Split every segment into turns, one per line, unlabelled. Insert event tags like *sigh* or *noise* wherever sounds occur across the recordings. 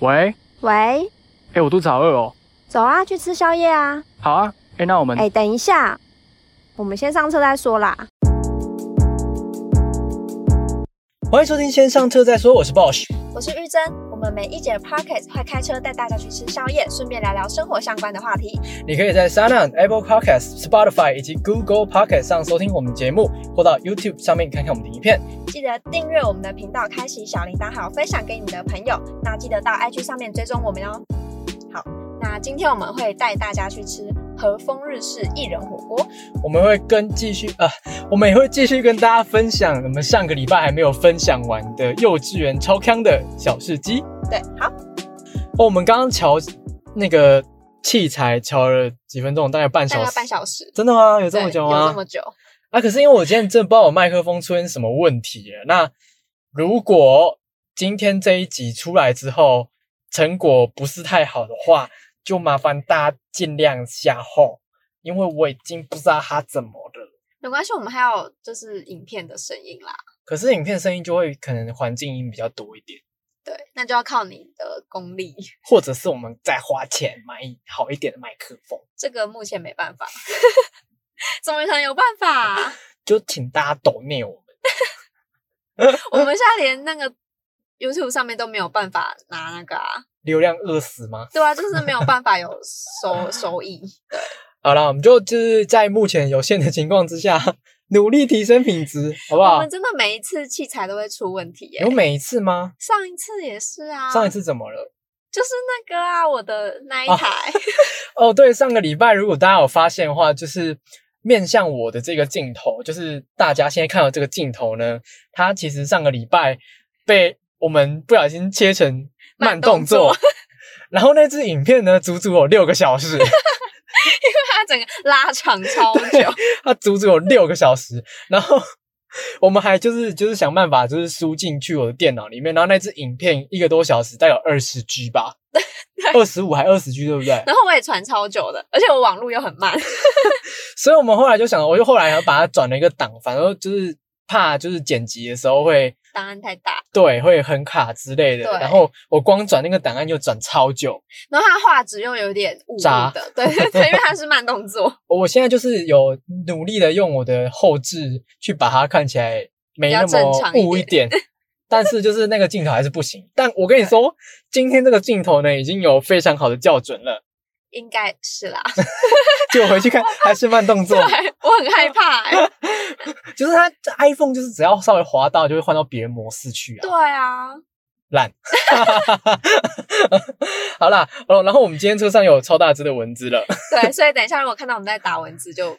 喂，
喂，
哎，我肚子好饿哦。
走啊，去吃宵夜啊！
好啊，哎，那我
嗯
们
哎、等一下，我们先上车再说啦。
欢迎收听先上车再说，我是 Bosch。
我是玉珍，我们每一节 Pocket 会开车带大家去吃宵夜，顺便聊聊生活相关的话题。
你可以在 s o u n Apple Podcast、Spotify 以及 Google Podcast 上收听我们节目，或到 YouTube 上面看看我们的影片。
记得订阅我们的频道，开启小铃铛，还有分享给你的朋友。那记得到 IG 上面追踪我们哦。好，那今天我们会带大家去吃和风日式薏仁火锅。
我们会跟继续啊、我们也会继续跟大家分享我们上个礼拜还没有分享完的幼稚园超康的小事机。
对，好，
哦，我们刚刚瞧那个器材瞧了几分钟，大概半
大
小
概
时。
半小时，
真的吗？有
有
这么久
有
吗
这？么久。
啊，可是因为我今天真的不知道我麦克风出现什么问题了。那如果今天这一集出来之后，成果不是太好的话，就麻烦大家尽量下后，因为我已经不知道它怎么了。
没关系，我们还有就是影片的声音啦。
可是影片声音就会可能环境音比较多一点，
对，那就要靠你的功力。
或者是我们再花钱买好一点的麦克风，
这个目前没办法， *laughs* 怎么可能有办法？
就请大家抖内我们。
我们现在连那个 YouTube 上面都没有办法拿那个啊，
流量饿死吗？
对啊，就是没有办法有收收益。对，
好了，我们就就是在目前有限的情况之下， *laughs* 努力提升品质，好不
我
好
们？真的每一次器材都会出问题耶、
有每一次吗？
上一次也是啊，
上一次怎么了？
就是那个啊，我的那一
啊
台， *laughs*
哦，对，上个礼拜如果大家有发现的话，就是面向我的这个镜头，就是大家现在看到这个镜头呢，它其实上个礼拜被我们不小心切成慢
慢动
动作， *laughs* 然后那支影片呢，足足有六个小时， *laughs*
它整个拉长超久，
它足足有六个小时，然后。 *laughs* 我们还就是就是想办法，就是输进去我的电脑里面，然后那支影片一个多小时，大概有二十 G
*laughs*
吧，二十五还二十 G 对不对？
然后我也传超久的，而且我网络又很慢。
所以我们后来就想，我就后来想把它转了一个档，反正就是怕就是剪辑的时候会
档案太大，
对会很卡之类的
对。
然后我光转那个档案就转超久。
然后它画质又有点雾雾
渣
的，对对对，因为它是慢动作，
我现在就是有努力的用我的后置去把它看起来没那
比较正
么
常一点
雾一
*laughs*
点，但是就是那个镜头还是不行。但我跟你说，今天这个镜头呢已经有非常好的校准了，
应该是啦。
就回去看还是慢动作，
*laughs* 对，我很害怕、
*laughs*
欸。
就是它 iPhone 就是只要稍微滑到就会换到别的模式去啊。
对啊，
烂。 *laughs* 好啦，哦，然后我们今天车上有超大只的蚊子
*laughs*
了，
对，所以等一下如果看到我们在打蚊子
*laughs*
就，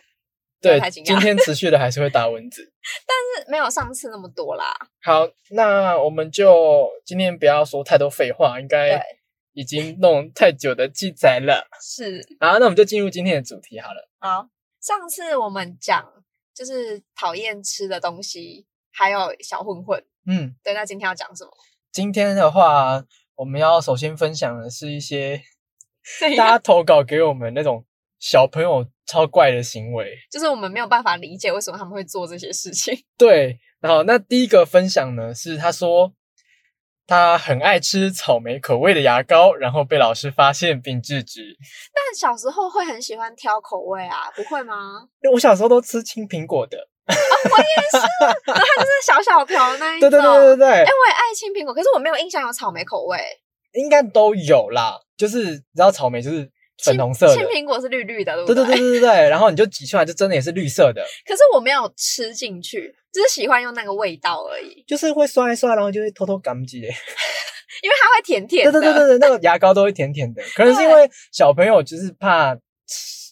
不要
对
太，惊
今
讶，
天持续的还是会打蚊子。
是 *laughs* 没有上次那么多啦。
好，那我们就今天不要说太多废话，应
对
该，已经弄太久的记载了。
是
好，那我们就进入今天的主题好了。
*laughs* 好。上次我们讲就是讨厌吃的东西，还有小混混。
嗯，
对，那今天要讲
*laughs*
什么？
今天的话，我们要首先分享的是一
*laughs*
些
对
大家投稿给我们那种小朋友超怪的行为。
就是我们没有办法理解为什么他们会做这些
*laughs*
事情。
对，然后那第一个分享呢是他说他很爱吃草莓口味的牙膏，然后被老师发现并制止。
但小时候会很喜欢挑口味啊，不会吗？
因为我小时候都吃青苹果的，
就是小小条的那一
*laughs* 对
种。
对对对对
哎、我也爱青苹果，可是我没有印象有草莓口味。
对，应该都有啦。就是你知道草莓就是粉
青
红色的
青，苹果是绿绿的，对不
对对对对对对，然后你就挤出来就真的也是绿色的，
可是我没有吃进去，只是喜欢用那个味道而已，
*laughs* 就是会刷一刷，然后就会偷偷感激。
因为它会甜甜
对
的。
对对对对，那个牙膏都会甜甜的，可能是因为小朋友就是怕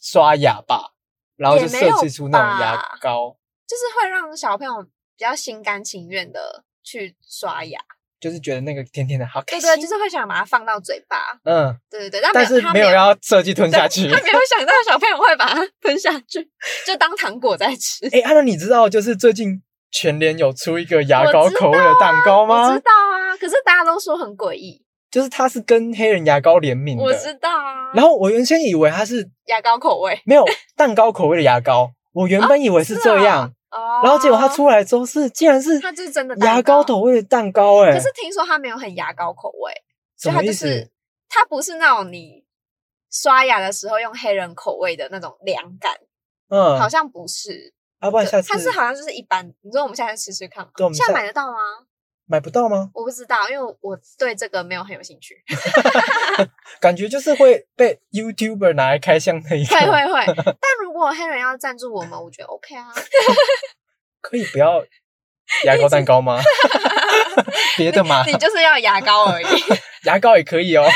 刷牙吧，然后就
也没
设
有
计出那种
吧
牙膏。
就是会让小朋友比较心甘情愿的去刷牙。
就是觉得那个甜甜的好开
对
心，
对，就是会想把它放到嘴巴。
嗯，
对对对，但没
但
有
是
他
没
有
有要设计吞下去
对。他没有想到小朋友会把它吞下去， *laughs* 就当糖果
*laughs*
在吃。
*laughs* 哎，按照你知道，就是最近全联有出一个牙
我
膏
知
口味的蛋糕
我
吗
知？道啊，可是大家都说很诡异。
就是它是跟黑人牙膏联名
我知
的。
道啊。
然后我原先以为它是
牙膏口味
没有蛋糕口味的牙膏，我原本以为是
是
这
啊
样，
哦，
然后结果它，出来之后是竟然是
它就是真的蛋
牙膏口味的蛋糕，哎
可，是听说它没有很牙膏口味，
什
所以它
么
就
意
是
思？
它不是那种你刷牙的时候用黑人口味的那种凉感，
嗯，
好像不是。
要不然
对
下次
它是好像就是一般，你说我们现在试试看吗？
对我们
现在
下
买得到吗？
买不到吗？
我不知道，因为我对这个没有很有兴趣。
感觉就是会被 YouTuber 拿来开箱的一个，
会会会，但如果黑人要赞助我们，我觉得 OK 啊。
可以不
*laughs*
要牙膏蛋糕吗？别的嘛，
你就是要牙膏而已， *laughs*
牙膏也可以哦。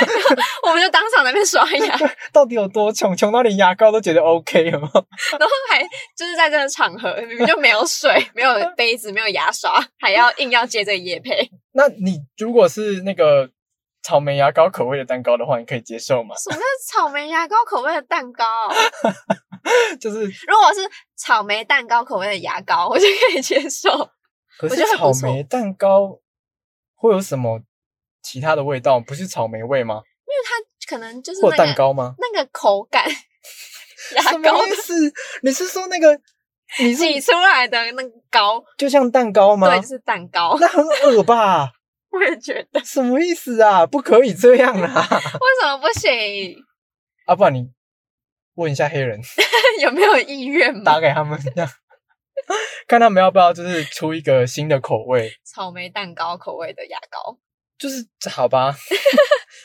我们就当场在那边刷牙，然
到底有多穷？穷到连牙膏都觉得 OK 哦了吗？
后还就是在这个场合，明明就没有水、没有杯子、没有牙刷，还要硬要接这个夜配，
那你如果是那个草莓牙膏口味的蛋糕的话，你可以接受吗？ *laughs*
什么叫草莓牙膏口味的蛋糕？哦
就是
如果是草莓蛋糕口味的牙膏，我就可以接受。
可
觉
是
得很
草
不错
莓蛋糕会有什么其他的味道？不是草莓味吗？
可能就是
或
那
者蛋
个
糕吗？
那个口感，牙
*laughs* 什
膏
么意思？你是说那个你是
挤出来的那个膏，
就像蛋糕吗？
对，就是蛋糕。
那很恶
*laughs*
吧？
我也觉得，
什么意思啊？不可以这样啊！
为什么不行？ *laughs*
啊，不然你问一下黑人，
有没有意愿嘛？
打给他们，这样 *laughs* 看他们要不要就是出一个新的口味。
草莓蛋糕口味的牙膏，
就是好
*laughs*
吧，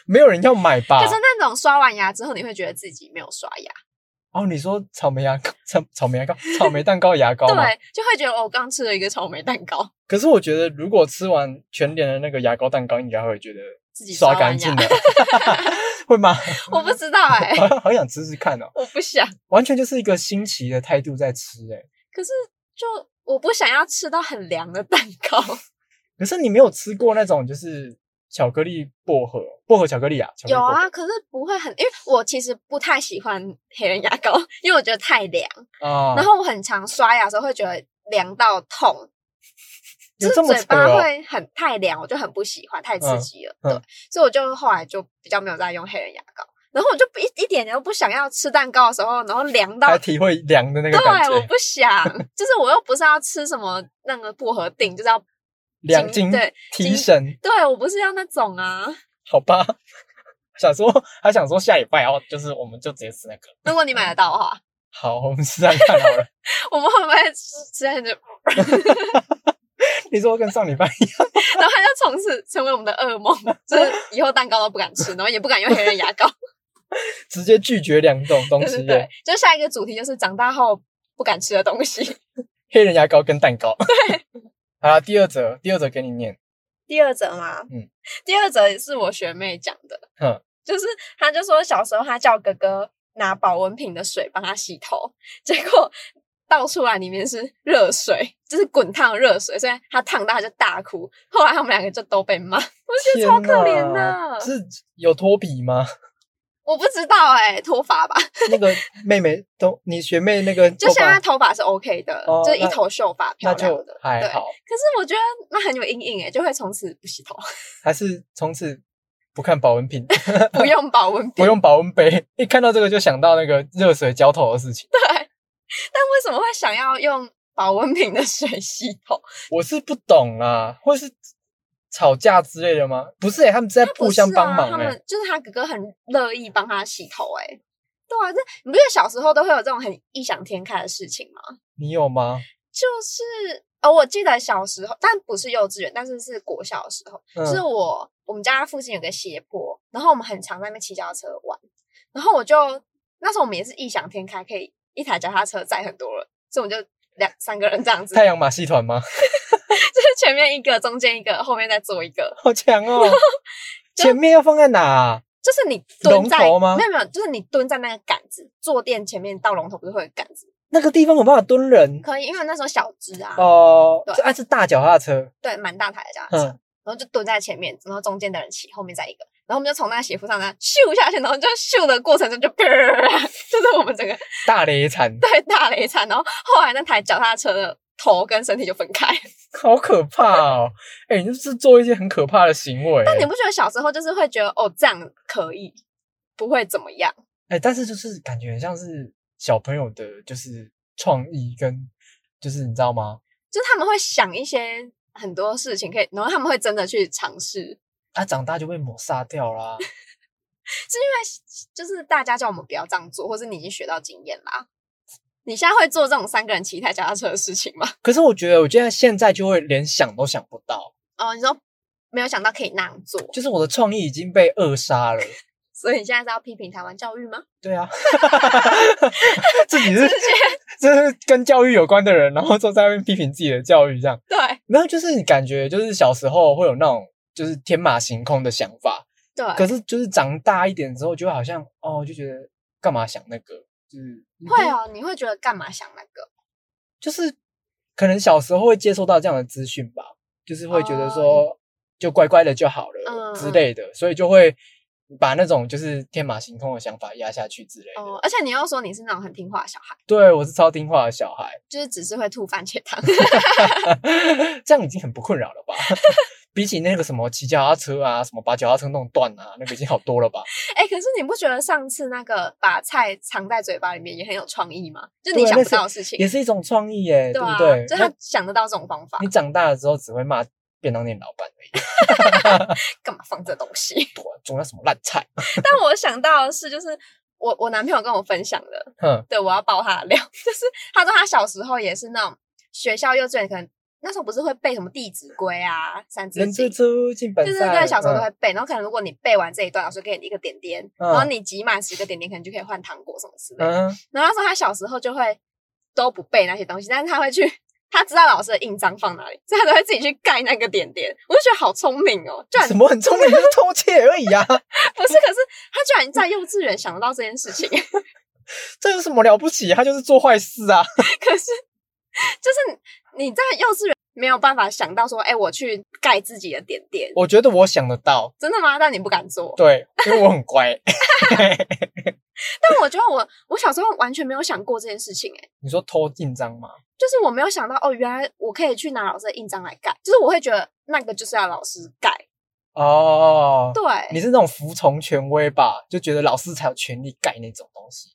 没有人要买吧？
可是那种刷完牙之后，你会觉得自己没有刷牙，
哦，你说草莓牙膏、草草莓牙膏、草莓蛋糕牙膏吗？
对，就会觉得哦我刚吃了一个草莓蛋糕，
可是我觉得，如果吃完全脸的那个牙膏蛋糕，应该会觉得
自己
刷
刷
干
完牙
净了， *laughs* 会吗？
我不知道
*laughs*
哎、
好好想吃吃看哦，
我不想，
完全就是一个新奇的态度在吃哎、
可是就我不想要吃到很凉的蛋糕，
可是你没有吃过那种就是巧克力薄荷、薄荷巧克力啊？巧克力
有
薄荷
啊，可是不会很，因为我其实不太喜欢黑人牙膏，因为我觉得太凉，
啊，
然后我很常刷牙的时候会觉得凉到痛，
有
就是
这么
嘴巴
扯哦
会很太凉，我就很不喜欢，太刺
嗯
激了。
嗯
对，所以我就后来就比较没有再用黑人牙膏。然后我就不一一点都不想要吃蛋糕的时候，然后凉到
还体会凉的那个感
对，我
觉，
不想，就是我又不是要吃什么那个薄荷锭，就是要
凉筋
筋对
提
筋
神，
对我不是要那种啊。
好吧， *laughs* 想说还想说下礼拜哦，就是我们就直接吃那个。
如果你买得到的话， *laughs*
好，我们试试看好了。
我们会不会吃下去就，然
你说跟上礼拜一样，
后就从此成为我们的噩梦，就是以后蛋糕都不敢吃，然后也不敢用黑人牙膏。
直接拒绝两种东
对
西
对
耶
*laughs* 对，，就下一个主题就是长大后不敢吃的东西。
黑人牙膏跟蛋
*laughs*
糕。好啦，第二则，第二则给你念。
第二则吗？
嗯，
第二则是我学妹讲的，
哼，
就是她就说小时候她叫哥哥拿保温瓶的水帮她洗头，结果倒出来里面是热水，就是滚烫的热水，所以她烫到她就大哭。后来他们两个就都被骂，我觉得
天
超可怜
哪
的。
是有脱皮
*laughs*
吗？
我不知道哎、脱发吧，
那个妹妹都，你学妹那个
就
头
现在
发，
头发是 OK 的，
哦
就是一
那
头秀发漂
那
亮
就
的，对
还。好，
可是我觉得那很有阴影哎、就会从此不洗头， *laughs*
还是从此不看保温瓶，
不用保温瓶
不。用保温杯。 *laughs* 一看到这个就想到那个热水浇头的事情。
但为什么会想要用保温瓶的水洗头？
我是不懂啦，或是吵架之类的吗？不是、欸，他们是在
他不
互
是啊
相帮忙
他
哎、
们就是他哥哥很乐意帮他洗头、欸，对啊，这你不觉得小时候都会有这种很异想天开的事情吗？
你有吗？
就是哦，我记得小时候，但不是幼稚园，但是是国小的时候，
嗯
就是我我们家附近有个斜坡，然后我们很常在那边骑脚踏车玩，然后我就那时候我们也是异想天开，可以一台脚踏车载很多人，所以我们就两三个人这样子，
太阳马戏团吗？
就是前面一个，中间一个，后面再坐一个，
好强
*laughs*
哦！前面要放在哪啊？
就是你蹲在
龙头吗
没有没有，就是你蹲在那个杆子坐垫前面到龙头不是会有杆子？
那个地方有办法蹲人
可以，因为那时候小只啊，
哦
对。
这啊是大脚踏车，
对，蛮大台的这样子，
嗯，
然后就蹲在前面，然后中间的人骑，后面再一个，然后我们就从那个斜坡上呢咻下去，然后就咻的过程中就 *laughs* 啪，就是我们整个
大雷惨，
对大雷惨，然后后来那台脚踏车的头跟身体就分开。
好可怕哦！哎、你这是做一些很可怕的行为欸。
但你不觉得小时候就是会觉得哦这样可以，不会怎么样？
哎、但是就是感觉很像是小朋友的，就是创意跟就是你知道吗？
就是他们会想一些很多事情可以，然后他们会真的去尝试。
他长大就被抹杀掉啦。
是因为就是大家叫我们不要这样做，或是你已经学到经验啦。你现在会做这种三个人骑一台脚踏车的事情吗？
可是我觉得，我现在现在就会连想都想不到，
哦，你说没有想到可以那样做，
就是我的创意已经被扼杀了。
所以你现在是要批评台湾教育吗？
对啊，自己是这是跟教育有关的人，然后就在外面批评自己的教育，这样
对
没有，就是你感觉就是小时候会有那种就是天马行空的想法，
对，
可是就是长大一点之后，就好像哦，就觉得干嘛想那个，就是
会哦，你会觉得干嘛想那个？
就是可能小时候会接收到这样的资讯吧，就是会觉得说、就乖乖的就好了、
哦嗯
之
嗯
类的，所以就会把那种就是天马行空的想法压下去之类的。
哦，而且你又说你是那种很听话的小孩，
对我是超听话的小孩， *laughs*
就是只是会吐番茄汤。 *laughs*
这样已经很不困扰了吧？ *laughs* 比起那个什么骑脚踏车啊，什么把脚踏车弄断啊，那个已经好多了
*laughs*
吧？
哎、可是你不觉得上次那个把菜藏在嘴巴里面也很有创意吗？就
对啊
你想
那
不
是
到的事情，
也是一种创意耶、
对啊，
不对？
就
那
他想得到这种方法
你，长大了之后只会骂便当店老板而已， *laughs*
干嘛放这东西？ *laughs*
煮那什么烂菜，
但我想到的是，就是我我男朋友跟我分享的，
哼，
对我要爆他的料， *laughs* 就是他说他小时候也是那种学校幼稚园可能那时候不是会背什么《弟子规》啊、《三字
人
经
之》。初性本
对对
善
对，小时候都
嗯
会背，然后可能如果你背完这一段，老师给你一个点点，
嗯
然后你集满十个点点，可能就可以换糖果什么之类的。
嗯，
然后他说他小时候就会都不背那些东西，但是他会去，他知道老师的印章放哪里，所以他都会自己去盖那个点点。我就觉得好聪明哦，居然
什么很聪明，就是偷窃而已
*laughs*
啊，
不是，可是他居然在幼稚园想得到这件事情， *laughs*
这有什么了不起？他就是做坏事啊，
可是就是你在幼稚园没有办法想到说，哎、我去盖自己的点点，
我觉得我想得到，
真的吗？但你不敢做。
对，因为我很乖。 *laughs*
但我觉得我我小时候完全没有想过这件事情、哎，
你说偷印章吗？
就是我没有想到哦，原来我可以去拿老师的印章来盖，就是我会觉得那个就是要老师盖，
哦，
对。
你是那种服从权威吧？就觉得老师才有权利盖那种东西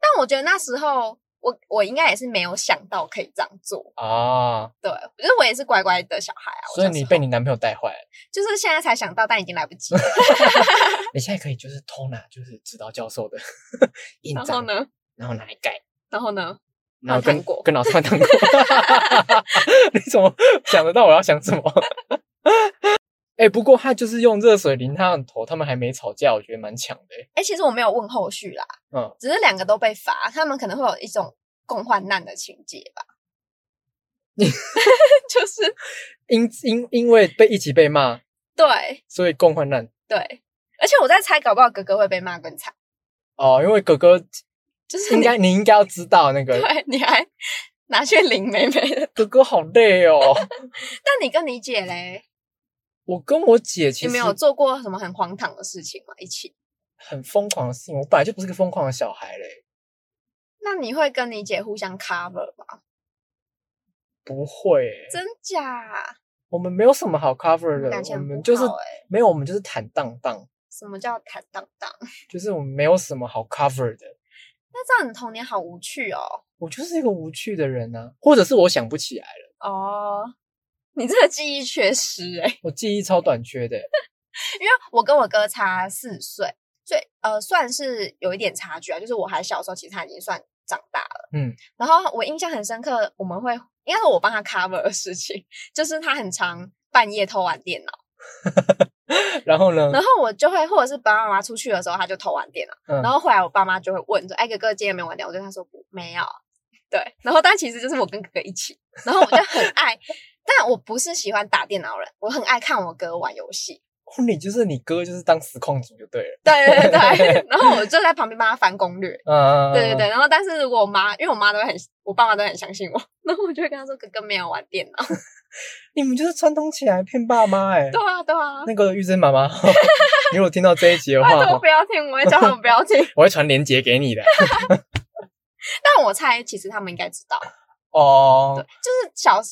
但我觉得那时候我我应该也是没有想到可以这样做，
啊，
对，我觉得我也是乖乖的小孩啊。我
所以
小时
你
候
被你男朋友带坏了。
就是现在才想到，但已经来不及
*laughs*
了。
你现在可以就是偷拿，就是指导教授的 *laughs* 印
然后
章，
呢？
然后拿来盖，
然后呢？
然后跟
换糖果 *laughs*
跟老师啊换糖果。 *laughs* 你怎么想得到我要想什么？ *laughs* 哎、不过他就是用热水淋他的头，他们还没吵架，我觉得蛮强的、欸
哎、其实我没有问后续啦，
嗯，
只是两个都被罚，他们可能会有一种共患难的情节
*laughs*
吧。就是
因因因为被一起被骂，
对
所以共患难
对，而且我在猜，搞不好哥哥会被骂更惨。
哦。因为哥哥
就是
应
*laughs* 你 *laughs*
该你应该要知道那个
对，你还拿去领妹妹的， *laughs*
哥哥好累哦。
但你跟你姐嘞，
我跟我姐其
你
实
们有做过什么很荒唐的事情吗？一起？
很疯狂的事情，我本来就不是个疯狂的小孩嘞，
那你会跟你姐互相 cover 吗？
不会欸、
真假？
我们没有什么好 cover
感
的，
情
我
很
们
不
就是
好欸
没有，我们就是坦荡荡，
什么叫坦荡荡？
就是我们没有什么好 cover 的。
那这样你童年好无趣哦。
我就是一个无趣的人啊，或者是我想不起来了，
哦， *laughs* 你这个记忆缺失诶、
我记忆超短缺的欸。
*laughs* 因为我跟我哥差四岁，所以呃算是有一点差距啊。就是我还小的时候，其实他已经算长大了。
嗯，
然后我印象很深刻，我们会应该是我帮他 cover 的事情，就是他很常半夜偷玩电脑，
然后呢？
然后我就会或者是爸爸妈妈出去的时候，他就偷玩电脑。
嗯
然后后来我爸妈就会问说：“哎，哥哥今天有没有玩掉？”我就跟他说：“不，没有。”对，然后但其实就是我跟哥哥一起，然后我就很
*laughs*
爱，但我不是喜欢打电脑人，我很爱看我哥玩游戏。
婚礼就是你哥就是当实况组就对了。
对
*laughs*
对对，然后我就在旁边帮他翻攻略。
嗯，
对对对，然后但是如果我妈，因为我妈都会很，我爸妈都会很相信我，然后我就会跟他说：“哥哥没有玩电
*laughs*
脑。
你们就是串通起来骗爸妈哎、”
对啊对啊，
那个玉珍妈妈， *laughs* 你如果听到这一集
*laughs*
的话
拜托
哦，
不要听，我会叫他们
*laughs*
不要听。
我会传链接给
*laughs*
你的。
但我猜其实他们应该知道。对
哦，，
就是小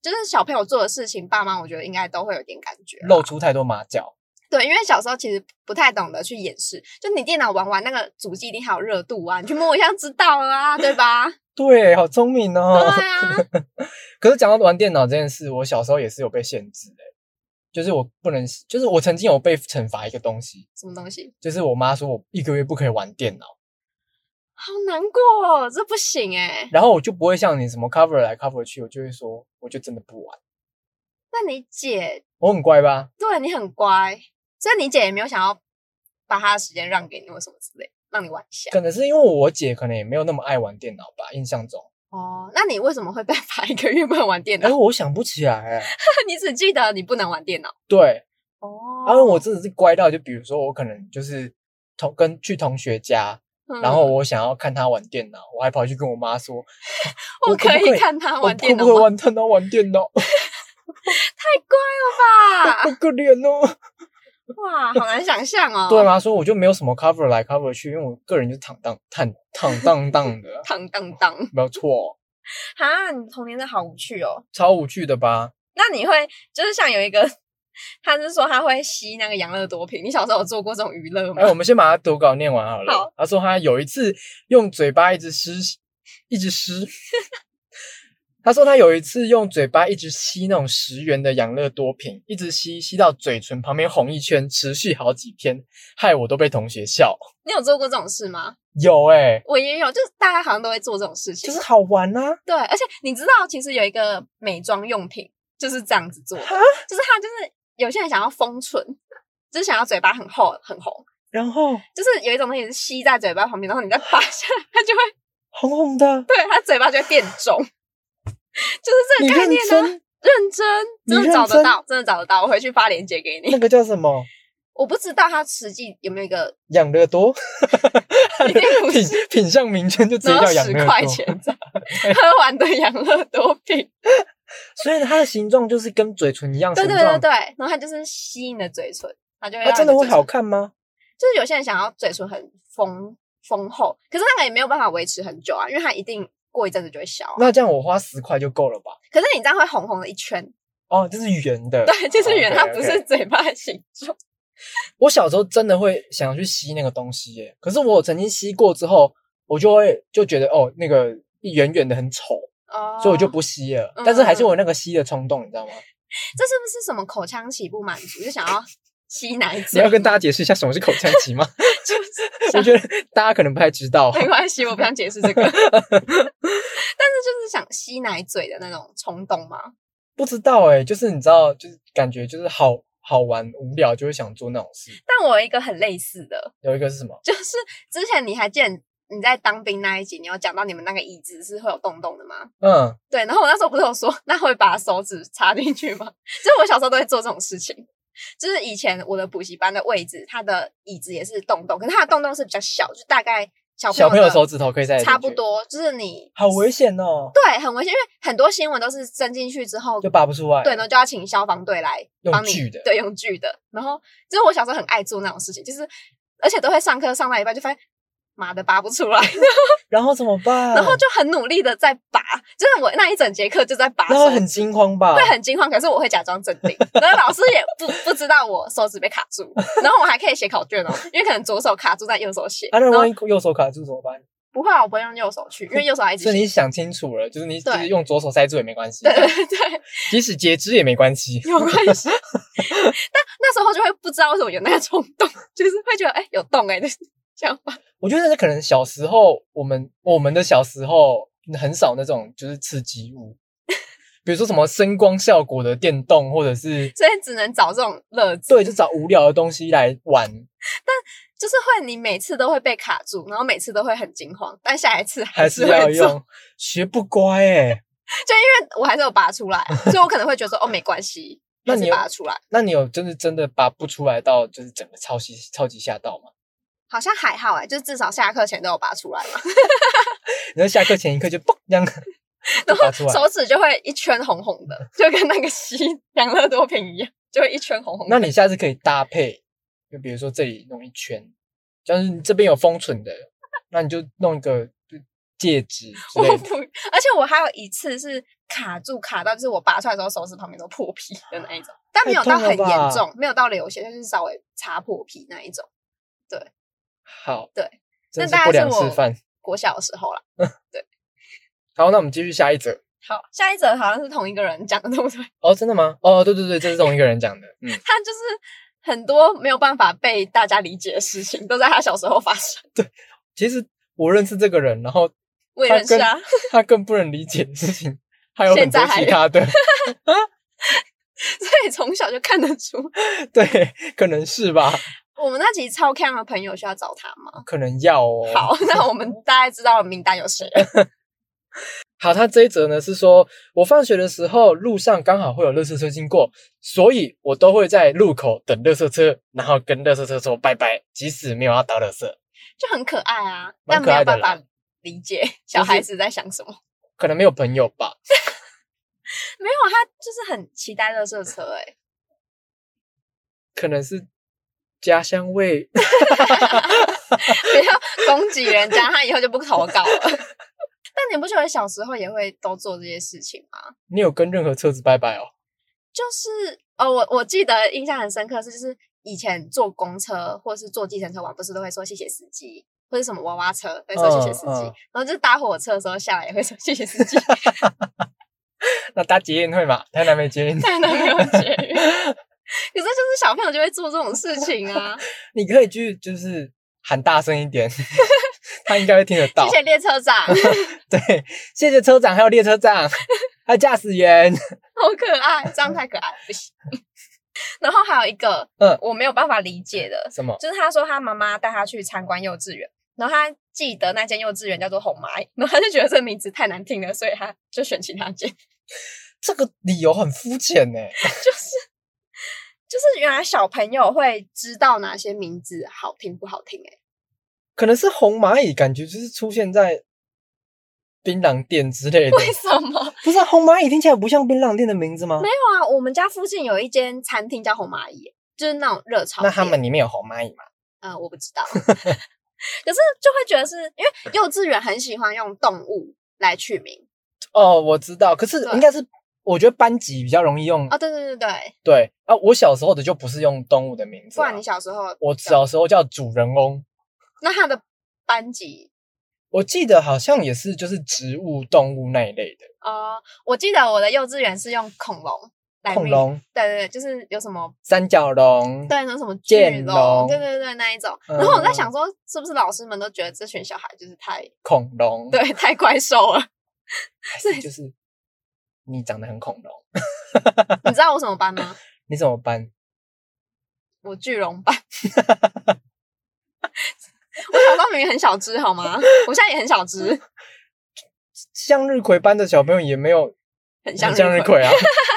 就是小朋友做的事情，爸妈我觉得应该都会有点感觉啦。
露出太多马脚。
对，因为小时候其实不太懂得去掩饰，就你电脑玩玩那个主机一定还有热度啊，你去摸一下就知道了啊，对吧？
对，好聪明 *laughs* 哦。 *laughs*
对啊，
可是讲到玩电脑这件事，我小时候也是有被限制的。欸就是我不能，就是我曾经有被惩罚一个东西，
什么东西？
就是我妈说我一个月不可以玩电脑，
好难过哦，这不行哎。
然后我就不会像你什么 cover 来 cover 去，我就会说我就真的不玩，
那你姐
我很乖吧？
对你很乖，所以你姐也没有想要把她的时间让给你或什么之类，让你玩一下。
可能是因为我姐可能也没有那么爱玩电脑吧，印象中。
哦，那你为什么会被罚一个月不能玩电脑 *laughs*
然？后我想不起来、欸，
你只记得你不能玩电脑。
对，
哦
然后啊我真的是乖到，就比如说我可能就是同跟去同学家，
嗯
然后我想要看他玩电脑，我还跑去跟我妈
*laughs*
说，
我
我可
可
不可
以
以
看他
我
玩电
会
脑
不会
吗？
玩电脑玩电脑， *laughs*
太乖
好
了吧！
可怜哦。
哇，好难想象哦。，
对？啊吗？所以我就没有什么 cover 来 cover 去，因为我个人就是坦荡坦坦荡荡的
当当当！
没有错，
哈，啊你童年真的好无趣哦。
超无趣的吧？
那你会就是像有一个，他是说他会吸那个养乐多瓶，你小时候有做过这种娱乐吗
哎，？我们先把他读稿念完好了。
好
他说他有一次用嘴巴一直吸，一直吸。他说他有一次用嘴巴一直吸那种十元的养乐多瓶，一直吸吸到嘴唇旁边红一圈，持续好几天，害我都被同学笑。
你有做过这种事吗？
有哎、
我也有，就是大家好像都会做这种事情。
就是好玩啊！
对，而且你知道，其实有一个美妆用品就是这样子做的，
哈
就是它就是有些人想要丰唇，就是想要嘴巴很厚很红，
然后
就是有一种东西是吸在嘴巴旁边，然后你再拔下来，它就会
红红的，
对它嘴巴就会变肿， *laughs* 就是这
你
个概
认
念啊呢、
真
认真，
你
真的
认
找得
真
到，真的找得到，我回去发链接给你
那。 *laughs* 个叫什么
我不知道它实际有没有一个
养乐多？
一定不
品
是
品相名称就直接
然后
叫养
十
乐
块
多，
钱
*laughs*
这样喝完的养乐多瓶，
所以它的形状就是跟嘴唇一样
对
形
对
状。
对对，然后它就是吸你的嘴唇，它就会
它
让
哦真的
你
会
嘴唇
好，看吗？
就是有些人想要嘴唇很丰丰厚，可是那个也没有办法维持很久啊，因为它一定过一阵子就会消啊、
那这样我花十块就够了吧？
可是你这样会红红的
*laughs*
一圈，
哦，这是圆的，
对，就是圆，
哦
它
，OK，OK
不是嘴巴的形状。
我小时候真的会想要去吸那个东西耶，可是我曾经吸过之后，我就会就觉得哦，那个圆圆的很丑，
哦，
所以我就不吸了。
嗯
但是还是我那个吸的冲动，你知道吗？
这是不是什么口腔起不满足，就想要吸奶
你
嘴？
要跟大家解释一下什么是口
*laughs*
腔期吗？
就是
*laughs* 我觉得大家可能不太知道。
*laughs* 没关系，我不想解释
*laughs*
这个。但是就是想吸奶嘴的那种冲动嘛。
不知道哎、就是你知道，就是感觉就是好好玩无聊，就会想做那种事。
但我有一个很类似的，
有一个是什么？
就是之前你还见你在当兵那一集，你有讲到你们那个椅子是会有洞洞的吗？
嗯，
对，然后我那时候不是有说，那会把手指插进去吗？ *laughs* 就是我小时候都会做这种事情。就是以前我的补习班的位置，它的椅子也是洞洞，可是它的洞洞是比较小，就大概小
小朋友
的
手指头可以塞得进去
差不多，就是你
好危险哦，
对很危险，因为很多新闻都是伸进去之后
就拔不出来。
对，然后就要请消防队来
用
帮你
锯的
对，用锯的。然后就是我小时候很爱做那种事情，就是而且都会上课上到一半就发现。妈的拔不出
*laughs*
来，
然后怎么办？
然后就很努力的在拔，就是我那一整节课就在拔
然后
手
很
指，
惊慌吧？啊
会很惊慌，可是我会假装镇定，然后老师也不不知道我手指被卡
*laughs*
住，然后我还可以写考卷哦，因为可能左手卡住在右手写，
啊，那
然后
万一右手卡住怎么办？
不会啊，我不会用右手去，因为右手还一直
所以
写，
你想清楚了，就是你就
对
是用左手塞住也没关系
对，对对，
*laughs* 即使截肢也没关
*laughs*
系。
有关系。但那时候就会不知道为什么有那个冲动，就是会觉得哎、有洞哎、就是这样吧。
我觉得那可能小时候我们我们的小时候很少那种就是刺激
*laughs*
物，比如说什么声光效果的电动，或者是
所以只能找这种乐子，
对，就找无聊的东西来玩，
就是会你每次都会被卡住，然后每次都会很惊慌，但下一次
还是
是会
要
做，
用。学不乖哎、
我还是有拔
*laughs*
出来，所以我可能会觉得说哦没关系，
那
还是
你有
拔出来，
那你有真的真的拔不出来到就是整个超级超级吓到吗？
好像还好哎、就是至少下课前都有拔出来嘛，
然后下课前一刻就嘣这样就
*laughs* 然后
拔出来，
手指就会一圈红红的，就跟那个吸 *laughs* 养乐多瓶一样，就会一圈红红的。
那你下次可以搭配，就比如说这里弄一圈，像是你这边有封唇的，那你就弄一个戒指之类
我
的。
不，而且我还有一次是卡住卡到，就是我拔出来的时候手指旁边都破皮的那一种，但没有到很
太痛了吧
严重，没有到流血，就是稍微擦破皮那一种。
好，
对，
真
那
是
大
不
概
良
是我
示范。
国小的时候啦，
好，那我们继续下一则。
好，下一则好像是同一个人讲的，对不对？ *laughs*
哦，真的吗？哦，对对对，这是同一个人讲的。嗯，
他就是很多没有办法被大家理解的事情，都在他小时候发生。
其实我认识这个人，然后
我也
他
认识
更
啊， *laughs*
他更不能理解的事情，还有很
现在
多
还
其他的。 *laughs*
所以从小就看得出。
对，可能是吧，
我们那集超 c 的朋友需要找他吗？
可能要哦。
好，那我们大概知道名单有谁了。
好，他这一则呢是说，我放学的时候路上刚好会有垃圾车经过，所以我都会在路口等垃圾车，然后跟垃圾车说拜拜，即使没有要倒垃圾，
就很可爱啊，但
蛮
没
可
有
爱的
办
啦
法理解小孩子在想什么。
可能没有朋友吧。
没有，啊他就是很期待乐色车、欸， *laughs*
可能是家乡味。 *laughs*
不要攻击人家，他以后就不投稿了。 *laughs* 但你不觉得小时候也会都做这些事情吗？
你有跟任何车子拜拜哦？
就是哦，我我记得印象很深刻是，就是以前坐公车或是坐计程车往不是都会说谢谢司机。或者什么娃娃车会说谢谢司机，
嗯嗯
然后就是搭火车的时候下来也会说谢谢司机，，
那搭捷运会吗？台南没捷运
但都没有节约。可是就是小朋友就会做这种事情
*laughs*
啊，
*laughs* 你可以去就是喊大声一点， *laughs* 他应该会听得到
谢。谢列车
*laughs*
长，
对，谢谢车长，还有列车长，
*laughs*
还有驾驶员。
好可爱，这样太可爱了不行。 *laughs* 然后还有一个，
嗯
我没有办法理解的，
什么？
就是他说他妈妈带他去参观幼稚园，然后他记得那间幼稚园叫做红蚂蚁，然后他就觉得这名字太难听了，所以他就选其他间。
这个理由很肤浅欸呢。
就是原来小朋友会知道哪些名字好听不好听、欸，
可能是红蚂蚁，感觉就是出现在槟榔店之类的。
为什 *laughs* 么？
不是、啊、红蚂蚁听起来不像槟榔店的名字吗
没？有啊，我们家附近有一间餐厅叫红蚂蚁欸、就是那种热炒
那
店。
他们里面有红蚂蚁吗？
嗯，我不知
*laughs*
道。可是就会觉得是因为幼稚园很喜欢用动物来取名
哦，我知道，可是
对
应该是我觉得班级比较容易用。
哦，对对对对，
对啊，我小时候的就不是用动物的名字
不
啊、
然你小时候，
我小时候叫主人翁，
那他的班级
我记得好像也是就是植物、动物那一类的。
呃，我记得我的幼稚园是用恐龙来
恐
命
龙、
对对对，就是有什么
三角龙，
对那种什么巨
剑龙
对对对那一种。
嗯
然后我在想说，是不是老师们都觉得这群小孩就是太
恐龙，
对太怪兽了？ *laughs*
还是就是你长得很恐龙，
你知道我什么班吗？
你怎么办？
我巨龙班。 *laughs* 我小时候明明很小只，好吗？我现在也很小只，
向日葵班的小朋友也没有
很像
很向日
葵， *laughs*
葵啊，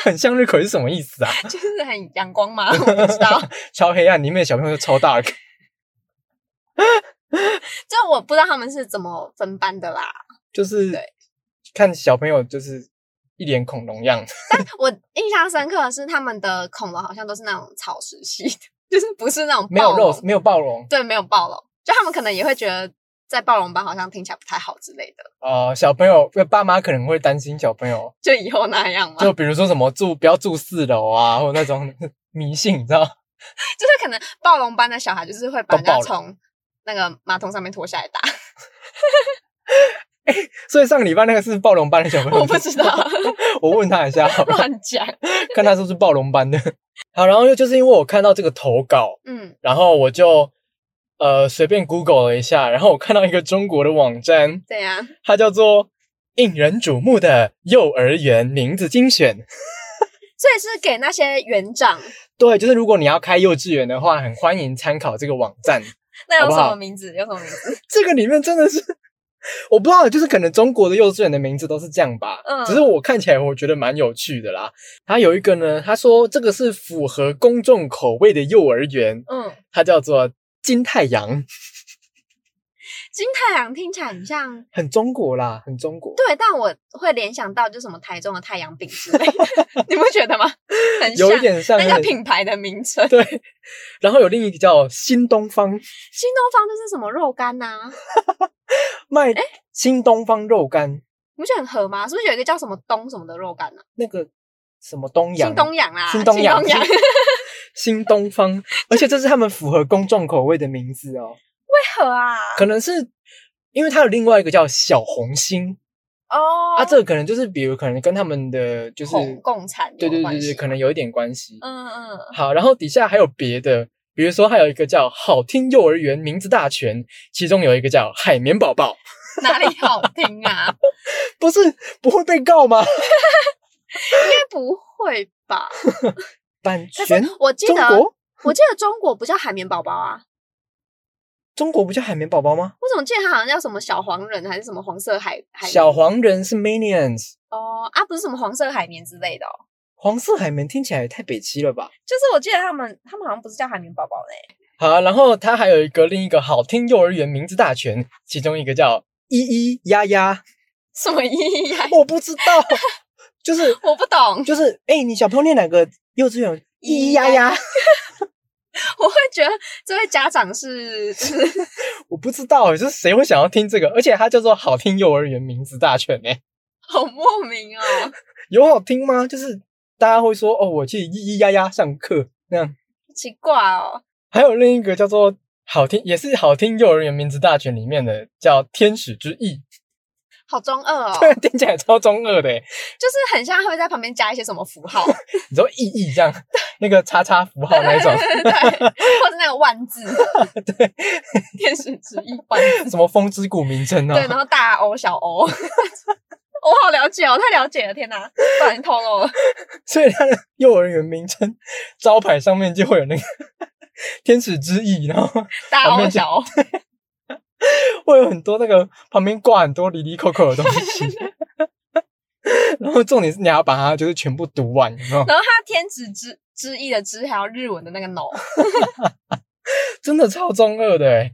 很向日葵是什么意思啊？
就是很阳光嘛， *laughs* 我不知
*laughs*
道。 *laughs*
超黑暗，里面的小朋友就超大个。
就我不知道他们是怎么分班的啦。
就是
对
看小朋友就是一脸恐龙样， *laughs*
我印象深刻的是，他们的恐龙好像都是那种草食系的， *laughs* 就是不是那种
没有
暴龙
肉，没有暴龙。
对，没有暴龙，就他们可能也会觉得在暴龙班好像听起来不太好之类的，
呃，小朋友爸妈可能会担心小朋友，
就以后那样嘛，就
就比如说什么住不要住四楼啊，或者那种 *laughs* 迷信，你知道？
是可能暴龙班的小孩就是会把人
都
家
暴龙
从那个马桶上面拖下来打， *laughs*
所以上个礼拜那个是暴龙班的小朋友，
我不知道，
*laughs* 我问他一下
*laughs*
好了，
乱
*laughs*
讲，
看他是不是暴龙班的。好，然后又就是因为我看到这个投稿，
嗯，
然后我就呃随便 Google 了一下，然后我看到一个中国的网站，
怎样？
它叫做《引人瞩目的幼儿园名字精选》。
所以是给那些园长，
对，就是如果你要开幼稚园的话，很欢迎参考这个网站。
那有
好不
什
好
么名字？有什么名字？
这个里面真的是，我不知道，就是可能中国的幼稚园的名字都是这样吧。
嗯
只是我看起来我觉得蛮有趣的啦。它有一个呢，他说这个是符合公众口味的幼儿园，
嗯，
它叫做金太阳，
金太阳听起来很像。
很中国啦，很中国。
对，但我会联想到就什么台中的太阳饼之类的， *laughs* 你不觉得吗？很像
有一点像
那
有
个
点
品牌的名称。
对，然后有另一个叫新东方
新东方就是什么肉干呐、
卖新东方肉干，
你不觉得很合吗？是不是有一个叫什么东什么的肉干呢、啊
那个什么东阳
新东阳啦，
新东阳
阳，啊会
*laughs* 新东方，而且这是他们符合公众口味的名字哦。
合啊？
可能是因为它有另外一个叫小红星，
*laughs* 哦
啊，这个可能就是比如可能跟他们的就是
共共产
对
有
对
关
对对，
系
可能有一点关系。
嗯嗯嗯
好，然后底下还有别的，比如说还有一个叫好听幼儿园名字大全，其中有一个叫海绵宝宝，
哪里好听 *laughs* 啊？应
不是不会被告吗？
该不会吧？
版
可是
权
我记
中
得
国
我记得中国不叫海绵宝宝啊，
中国不叫海绵宝宝吗？
我怎么记得它好像叫什么小黄人还是什么黄色海海
小黄人是 Minions，
哦啊，不是什么黄色海绵之类的哦。
黄色海绵听起来也太北七了吧？
就是我记得他们，他们好像不是叫海绵宝宝嘞，
好，然后它还有一个另一个好听幼儿园名字大全，其中一个叫咿咿呀呀，
什么意呀？
我不知道，就是
*laughs* 我不懂， *laughs*
就是，哎、你小朋友念哪个幼稚园？咿咿呀呀，
我会觉得这位家长是 *laughs* 就是
我不知道，就是谁会想要听这个？而且它叫做好听幼儿园名字大全呢、欸
好莫名哦。
有好听吗？就是大家会说哦，我去咿咿呀呀上课那样。
奇怪哦，
还有另一个叫做好听，也是好听幼儿园名字大全里面的叫天使之翼，
好中二哦，
对， *laughs* 听起来超中二的、欸。
就是很像他会在旁边加一些什么符号， *laughs*
你说意义这样，那个叉叉符号那一种，
对，或者那个万 *laughs* 字，
对，
天使之翼万字，
什么风之谷名称
对，然
啊？
后大 O 小 O，我好了解哦，太了解了，天哪，不然透露了，
*laughs* 所以它的幼儿园名称招牌上面就会有那个 *laughs* 天使之翼，然后 *laughs*
大
旁
O
边就
小 O，
会有很多那个旁边挂很多离离扣扣的东西。然后重点是你还要把它就是全部读完，有没有？
然后他天使之之翼的之还有日文的那个 no，
真的超中二的哎！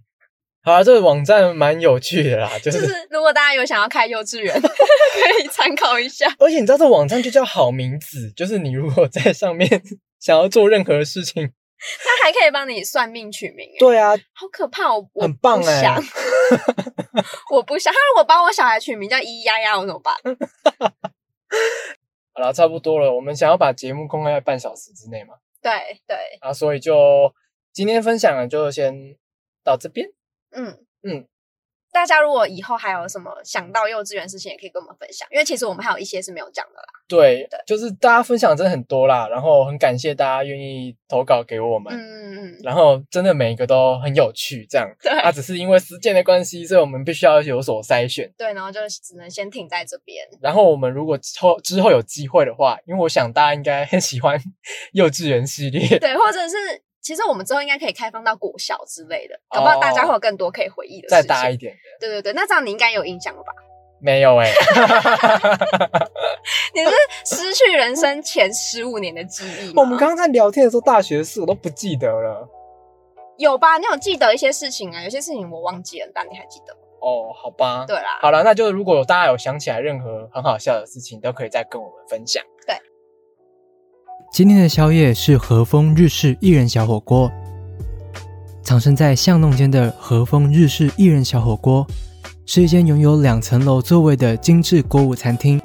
好啊，这个网站蛮有趣的啦，就、
就是是如果大家有想要开幼稚园， *laughs* 可以参考一下。
而且你知道这网站就叫好名字， *laughs* 就是你如果在上面 *laughs* 想要做任何事情，
他还可以帮你算命取名，哎
对啊，
好可怕！我我
很棒
不
哎
想，我不想。他如果帮我小孩取名叫咿咿呀呀，我怎么办？
嗯好了，差不多了。我们想要把节目控制在半小时之内嘛，
对对，
啊，所以就今天分享的就先到这边。
嗯
嗯。
大家如果以后还有什么想到幼稚园的事情，也可以跟我们分享，因为其实我们还有一些是没有讲的啦。
对
对，
就是大家分享真的很多啦，然后很感谢大家愿意投稿给我们，
嗯嗯嗯，
然后真的每一个都很有趣，这样。
对
啊，只是因为时间的关系，所以我们必须要有所筛选。
对，然后就只能先停在这边。
然后我们如果之后之后有机会的话，因为我想大家应该很喜欢 *laughs* 幼稚园系列，
对，或者是其实我们之后应该可以开放到国小之类的，搞不好大家会有更多可以回忆的事
*laughs* 哦再
情。
大一点的
对对对，那这样你应该有印象了吧？
没有哎、
*laughs* 你是失去人生前十五年的记忆
我
吗
们刚刚在聊天的时候，大学的事我都不记得了。
有吧？你有记得一些事情啊？有些事情我忘记了，但你还记得吗？
哦，好吧，
对啦，
好了，那就如果大家有想起来任何很好笑的事情，都可以再跟我们分享。
对，
今天的宵夜是和风日式一人小火锅。藏身在巷弄间的和风日式一人小火锅，是一间拥有两层楼座位的精致锅物餐厅。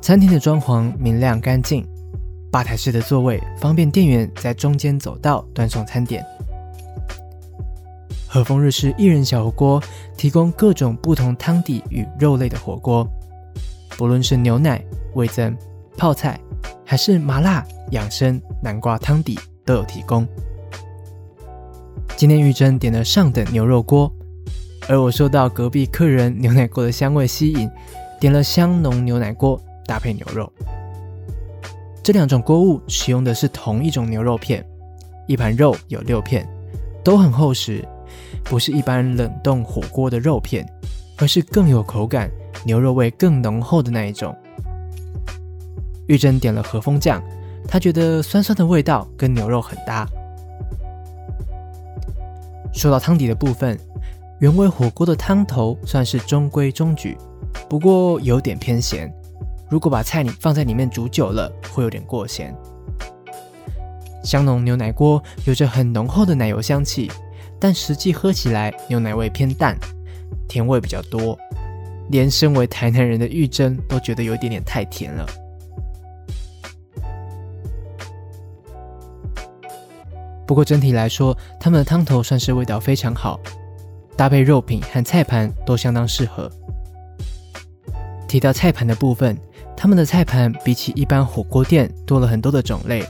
餐厅的装潢明亮干净，吧台式的座位方便店员在中间走道端送餐点。和风日式一人小火锅提供各种不同汤底与肉类的火锅。不论是牛奶、味增、泡菜，还是麻辣、养生、南瓜汤底都有提供。今天玉珍点了上等牛肉锅，而我受到隔壁客人牛奶锅的香味吸引，点了香浓牛奶锅搭配牛肉。这两种锅物使用的是同一种牛肉片，一盘肉有六片，都很厚实，不是一般冷冻火锅的肉片，而是更有口感、牛肉味更浓厚的那一种。玉珍点了和风酱，她觉得酸酸的味道跟牛肉很搭。说到汤底的部分，原味火锅的汤头算是中规中矩，不过有点偏咸。如果把菜你放在里面煮久了，会有点过咸。香浓牛奶锅有着很浓厚的奶油香气，但实际喝起来牛奶味偏淡，甜味比较多，连身为台南人的玉珍都觉得有一点点太甜了。不过整体来说，他们的汤头算是味道非常好，搭配肉品和菜盘都相当适合。提到菜盘的部分，他们的菜盘比起一般火锅店多了很多的种类，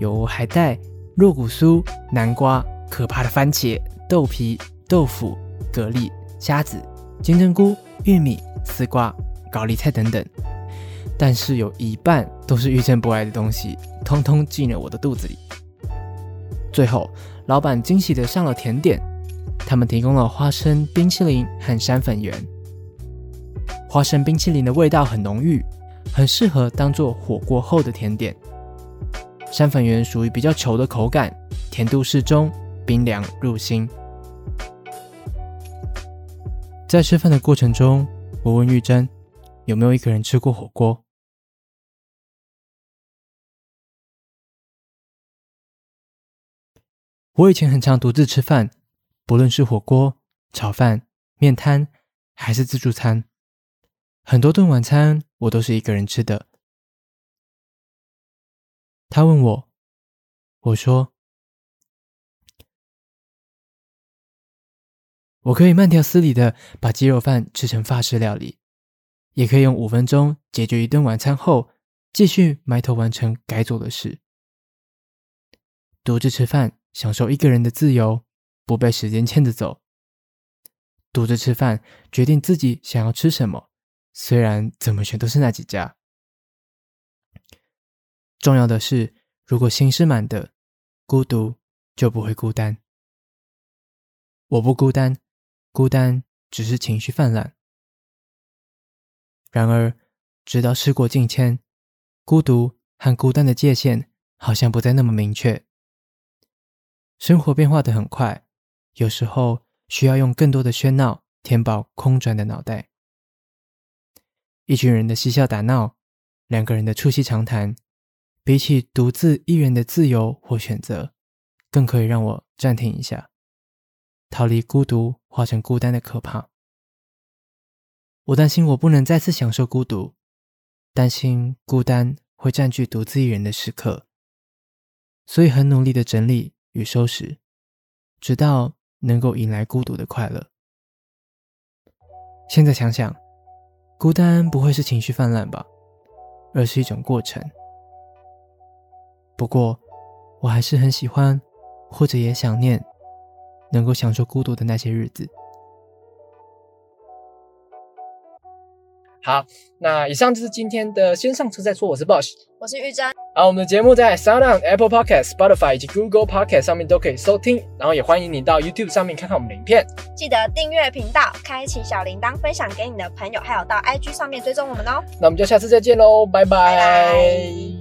有海带、肉骨酥、南瓜、可怕的番茄、豆皮、豆腐、蛤蜊、虾子、金针菇、玉米、丝瓜、高丽菜等等。但是有一半都是遇见不爱的东西，通通进了我的肚子里。最后，老板惊喜的上了甜点，他们提供了花生冰淇淋和山粉圆。花生冰淇淋的味道很浓郁，很适合当做火锅后的甜点。山粉圆属于比较稠的口感，甜度适中，冰凉入心。在吃饭的过程中，我问玉珍有没有一个人吃过火锅。我以前很常独自吃饭，不论是火锅、炒饭、面摊，还是自助餐，很多顿晚餐我都是一个人吃的。他问我，我说：“我可以慢条斯理的把鸡肉饭吃成法式料理，也可以用五分钟解决一顿晚餐后，继续埋头完成该做的事。独自吃饭，享受一个人的自由，不被时间牵着走。独自吃饭，决定自己想要吃什么，虽然怎么选都是那几家。”重要的是，如果心是满的，孤独就不会孤单。我不孤单，孤单只是情绪泛滥。然而，直到事过境迁，孤独和孤单的界限好像不再那么明确。生活变化的很快，有时候需要用更多的喧闹填饱空转的脑袋。一群人的嬉笑打闹，两个人的促膝长谈，比起独自一人的自由或选择，更可以让我暂停一下，逃离孤独化成孤单的可怕。我担心我不能再次享受孤独，担心孤单会占据独自一人的时刻，所以很努力的整理与收拾，直到能够迎来孤独的快乐。现在想想，孤单不会是情绪泛滥吧，而是一种过程。不过，我还是很喜欢，或者也想念，能够享受孤独的那些日子。
好，那以上就是今天的先上车再说，我是 Bosh。
我是玉珍，
啊，我们的节目在 Sound On、Apple Podcast、Spotify 以及 Google Podcast 上面都可以收听，然后也欢迎你到 YouTube 上面看看我们的影片。
记得订阅频道，开启小铃铛，分享给你的朋友，还有到 IG 上面追踪我们哦。
那我们就下次再见喽，拜
拜
拜
拜